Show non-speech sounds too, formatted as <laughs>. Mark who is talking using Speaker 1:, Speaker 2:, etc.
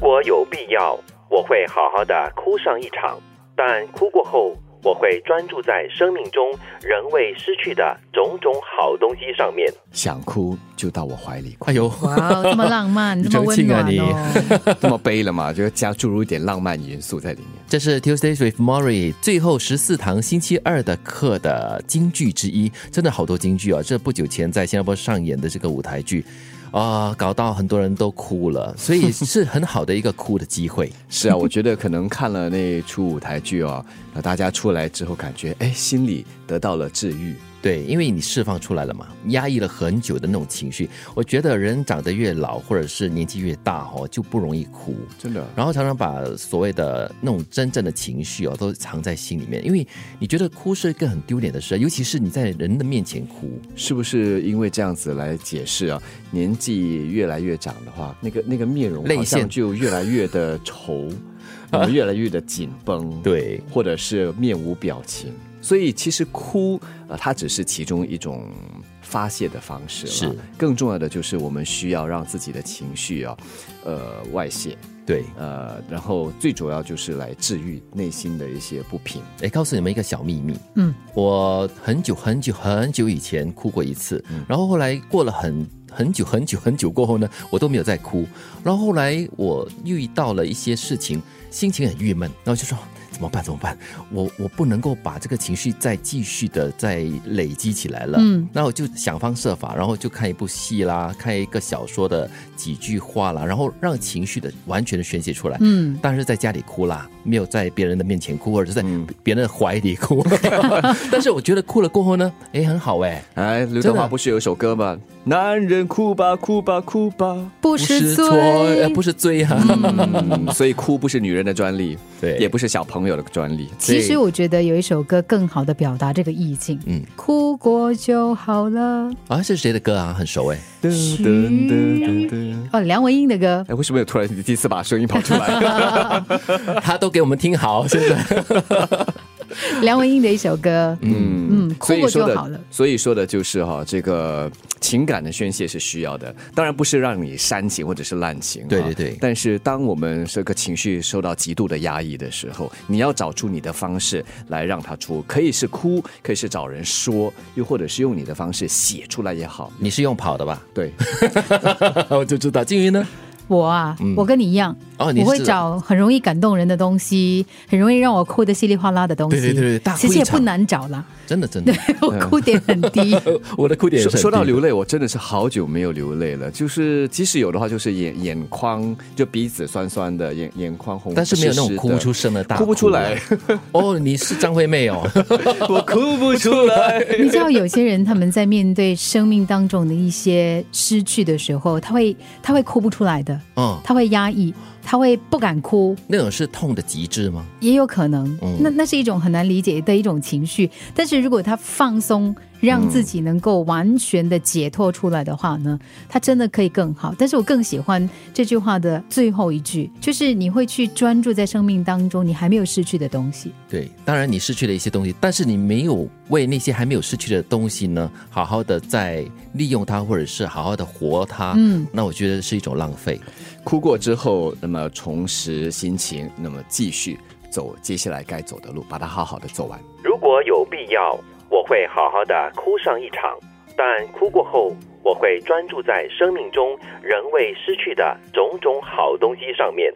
Speaker 1: 果有必要，我会好好的哭上一场，但哭过后，我会专注在生命中仍未失去的种种好东西上面。
Speaker 2: 想哭就到我怀里哭 <laughs>
Speaker 3: 哎，呦，
Speaker 4: 哇哦，这么浪漫，这么温
Speaker 3: <laughs>
Speaker 4: 暖
Speaker 3: 你 <laughs>
Speaker 4: 哦！
Speaker 2: 那么悲了嘛，就加注入一点浪漫元素在里面。
Speaker 3: 这是 Tuesdays with Mori 最后十四堂星期二的课的京剧之一，真的好多京剧啊！这不久前在新加坡上演的这个舞台剧。啊、搞到很多人都哭了，所以是很好的一个哭的机
Speaker 4: <laughs>
Speaker 3: 会。
Speaker 2: 是啊，我觉得可能看了那出舞台剧哦，然后大家出来之后感觉，哎，心里得到了治愈。
Speaker 3: 对，因为你释放出来了嘛，压抑了很久的那种情绪。我觉得人长得越老，或者是年纪越大哦，就不容易哭。
Speaker 2: 真的，
Speaker 3: 然后常常把所谓的那种真正的情绪哦，都藏在心里面，因为你觉得哭是一个很丢脸的事，尤其是你在人的面前哭。
Speaker 2: 是不是因为这样子来解释啊？年纪越来越长的话，那个那个面容
Speaker 3: 泪
Speaker 2: 好像
Speaker 3: 腺
Speaker 2: 就越来越的
Speaker 3: <laughs>
Speaker 2: 稠，然后越来越的紧绷。。
Speaker 3: 对，
Speaker 2: 或者是面无表情。所以其实哭，呃，它只是其中一种发泄的方式了。
Speaker 3: 是，
Speaker 2: 更重要的就是我们需要让自己的情绪啊，呃，外泄，
Speaker 3: 对，
Speaker 2: 呃，然后最主要就是来治愈内心的一些不平。
Speaker 3: 哎，告诉你们一个小秘密，
Speaker 4: 嗯，
Speaker 3: 我很久很久很久以前哭过一次，然后后来过了很很久很久很久过后呢，我都没有再哭，然后后来我遇到了一些事情，心情很郁闷，然后就说。怎么办？怎么办？我我不能够把这个情绪再继续的再累积起来了。
Speaker 4: 嗯，
Speaker 3: 那我就想方设法，然后就看一部戏啦，看一个小说的几句话啦，然后让情绪的完全的宣泄出来。
Speaker 4: 嗯，
Speaker 3: 但是在家里哭啦，没有在别人的面前哭，或者是在
Speaker 2: 嗯
Speaker 3: 别人的怀里 <laughs> 哭。但是我觉得哭了过后呢，哎，很好哎，
Speaker 2: 哎，刘德
Speaker 3: 真
Speaker 2: 华
Speaker 3: 的
Speaker 2: 不是有一首歌吗？男人哭吧，哭吧，哭吧。
Speaker 4: 不
Speaker 3: 是
Speaker 4: 识
Speaker 3: 呃
Speaker 4: 罪
Speaker 3: 不。是罪啊，
Speaker 2: 嗯，所以哭不是女人的专利，
Speaker 3: <laughs> 对，
Speaker 2: 也不是小朋友的专利。
Speaker 4: 其实我觉得有一首歌更好的表达这个意境，
Speaker 3: 嗯，
Speaker 4: 哭过就好了。
Speaker 3: 啊，是谁的歌啊？很熟 <laughs> 哎，
Speaker 2: 噔噔噔噔噔。
Speaker 4: 哦，梁文音的
Speaker 3: <laughs>
Speaker 4: 歌，
Speaker 2: 哎，为什么有突然第一次把声音跑出来？
Speaker 3: 他都给我们听好，现在
Speaker 4: 梁文音的一首歌，嗯嗯，
Speaker 2: 所
Speaker 4: 哭
Speaker 2: 以
Speaker 4: 过
Speaker 2: 说
Speaker 4: 就
Speaker 2: 的
Speaker 4: 好了。
Speaker 2: 所以说的就是哈、这个情感的宣泄是需要的，当然不是让你煽情或者是滥情、啊。
Speaker 3: 对对对
Speaker 2: 但是当我们这个情绪受到极度的压抑的时候，你要找出你的方式来让它出，可以是哭，可以是找人说，又或者是用你的方式写出来也好。
Speaker 3: <laughs> 你是用跑的吧？
Speaker 2: 对，
Speaker 3: <laughs> 我就知道，静云呢？
Speaker 4: 我啊，我跟你一样，
Speaker 3: 嗯哦你
Speaker 4: 我
Speaker 3: 是
Speaker 4: 会找很容易感动人的东西，很容易让我哭得稀里哗啦的东西。
Speaker 3: 对对对对大哭一
Speaker 4: 其实也
Speaker 3: 场嗯
Speaker 4: 不难找啦，
Speaker 3: 真的真的，
Speaker 4: 我哭点很
Speaker 3: <laughs>
Speaker 4: 低。
Speaker 3: 呃我的哭点也
Speaker 2: 说
Speaker 3: 是很
Speaker 2: 说到
Speaker 3: 低的
Speaker 2: 流泪，我真的是好久没有流泪了，就是即使有的话，就是眼眼眶就鼻子酸酸的，眼眼眶红，
Speaker 3: 但是没有那种
Speaker 2: 湿湿
Speaker 3: 哭不出声的大
Speaker 2: 哭不出来。
Speaker 3: 哦，你是张惠妹 <laughs> 哦，
Speaker 2: 我哭不出来。
Speaker 3: <laughs>
Speaker 4: 你知道有些人他们在面对生命当中的一些失去的时候，他会他会哭不出来的，
Speaker 3: 嗯，
Speaker 4: 他会压抑，他会不敢哭，
Speaker 3: 那种是痛的极致吗？
Speaker 4: 也有可能，那那是一种很难理解的一种情绪。但是如果他放松，让自己能够完全的解脱出来的话呢，他真的可以更好。但是我更喜欢这句话的最后一句，就是你会去专注在生命当中你还没有失去的东西。
Speaker 3: 对，当然你失去了一些东西，但是你没有为那些还没有失去的东西呢，好好的再利用它，或者是好好的活它。嗯，那我觉得是一种浪费。
Speaker 2: 哭过之后，那么重拾心情，那么继续走接下来该走的路，把它好好的走完。
Speaker 1: 如果有必要，我会好好的哭上一场，但哭过后，我会专注在生命中仍未失去的种种好东西上面。